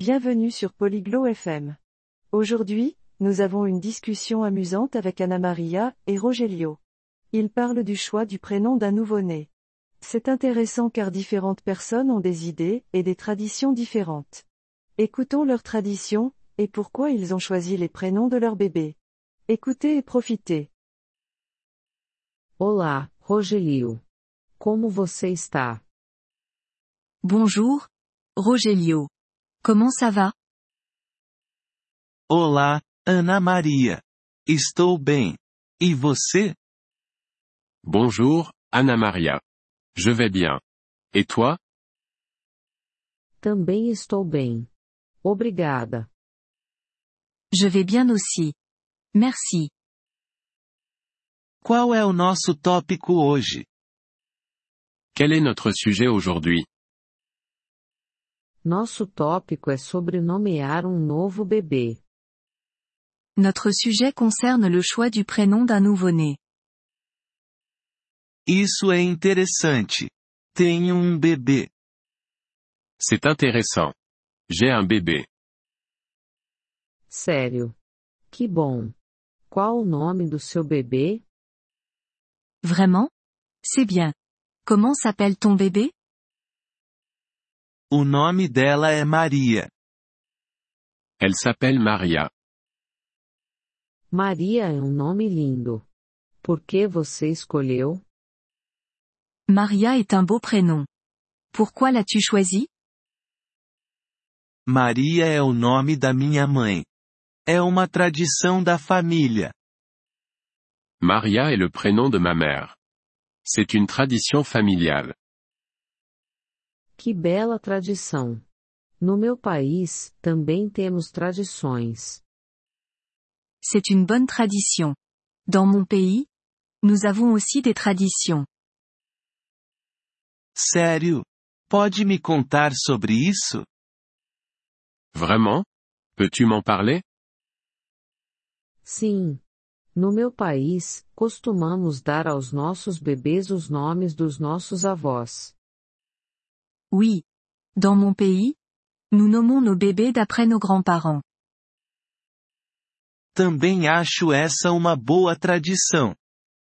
Bienvenue sur Polyglot FM. Aujourd'hui, nous avons une discussion amusante avec Anna Maria et Rogelio. Ils parlent du choix du prénom d'un nouveau-né. C'est intéressant car différentes personnes ont des idées et des traditions différentes. Écoutons leurs traditions et pourquoi ils ont choisi les prénoms de leur bébé. Écoutez et profitez. Olá, Rogelio. Como você está? Bonjour, Rogelio. Comment ça va? Olá, Ana Maria. Estou bem. E você? Bonjour, Ana Maria. Je vais bien. Et toi? Também estou bem. Obrigada. Je vais bien aussi. Merci. Qual é o nosso tópico hoje? Quel est notre sujet aujourd'hui? Nosso tópico é sobre nomear um novo bebê. Notre sujet concerne le choix du prénom d'un nouveau-né. Isso é interessante. Tenho um bebê. C'est intéressant. J'ai un bébé. Sério. Que bom. Qual o nome do seu bebê? Vraiment? C'est bien. Comment s'appelle ton bébé? O nome dela é Maria. Elle s'appelle Maria. Maria é um nome lindo. Por que você escolheu? Maria est un beau prénom. Pourquoi l'as-tu choisi? Maria é o nome da minha mãe. É uma tradição da família. Maria est le prénom de ma mère. C'est une tradition familiale. Que bela tradição. No meu país, também temos tradições. C'est une bonne tradition. Dans mon pays, nous avons aussi des traditions. Sério? Pode me contar sobre isso? Vraiment? Peux-tu m'en parler? Sim. No meu país, costumamos dar aos nossos bebês os nomes dos nossos avós. Oui. Dans mon pays, nous nommons nos bébés d'après nos grands-parents. Também acho essa uma boa tradição.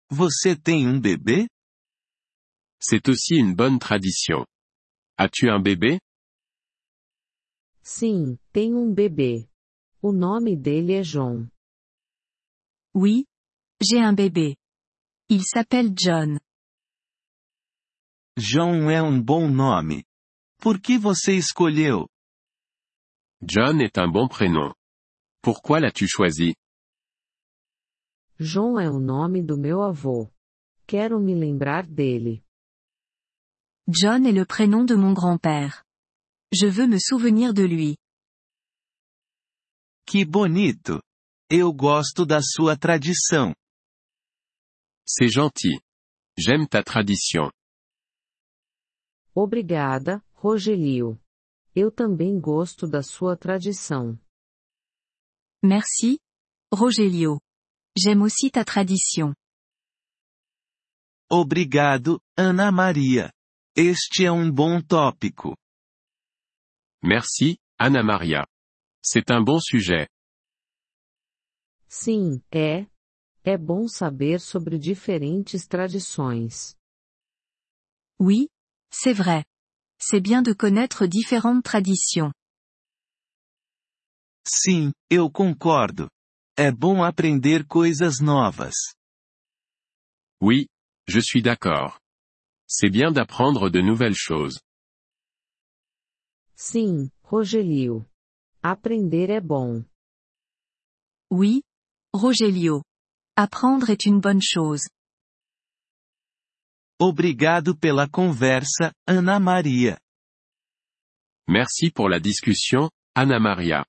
Você tem um bebê? C'est aussi une bonne tradition. As-tu un bébé? Sim, tenho um bebê. O nome dele é John. Oui. J'ai un bébé. Il s'appelle John. João é um bom nome. Por que você escolheu? John est un bon prénom. Pourquoi l'as-tu choisi? John é o nome do meu avô. Quero me lembrar dele. John est le prénom de mon grand-père. Je veux me souvenir de lui. Que bonito! Eu gosto da sua tradição. C'est gentil. J'aime ta tradition. Obrigada, Rogelio. Eu também gosto da sua tradição. Merci, Rogelio. J'aime aussi ta tradition. Obrigado, Ana Maria. Este é um bom tópico. Merci, Anna Maria. C'est un bon sujet. Sim, é. É bom saber sobre diferentes tradições. Oui, c'est vrai. C'est bien de connaître différentes traditions. Sim, eu concordo. É bom aprender coisas novas. Oui, je suis d'accord. C'est bien d'apprendre de nouvelles choses. Sim, Rogelio. Aprender é bom. Oui, Rogelio. Apprendre est une bonne chose. Obrigado pela conversa, Ana Maria. Merci pour la discussion, Anna Maria.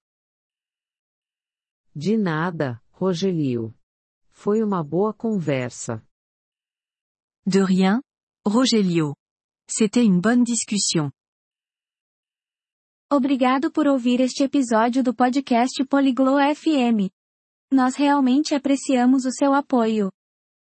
De nada, Rogelio. Foi uma boa conversa. De rien, Rogelio. C'était une bonne discussion. Obrigado por ouvir este episódio do podcast Poliglo FM. Nós realmente apreciamos o seu apoio.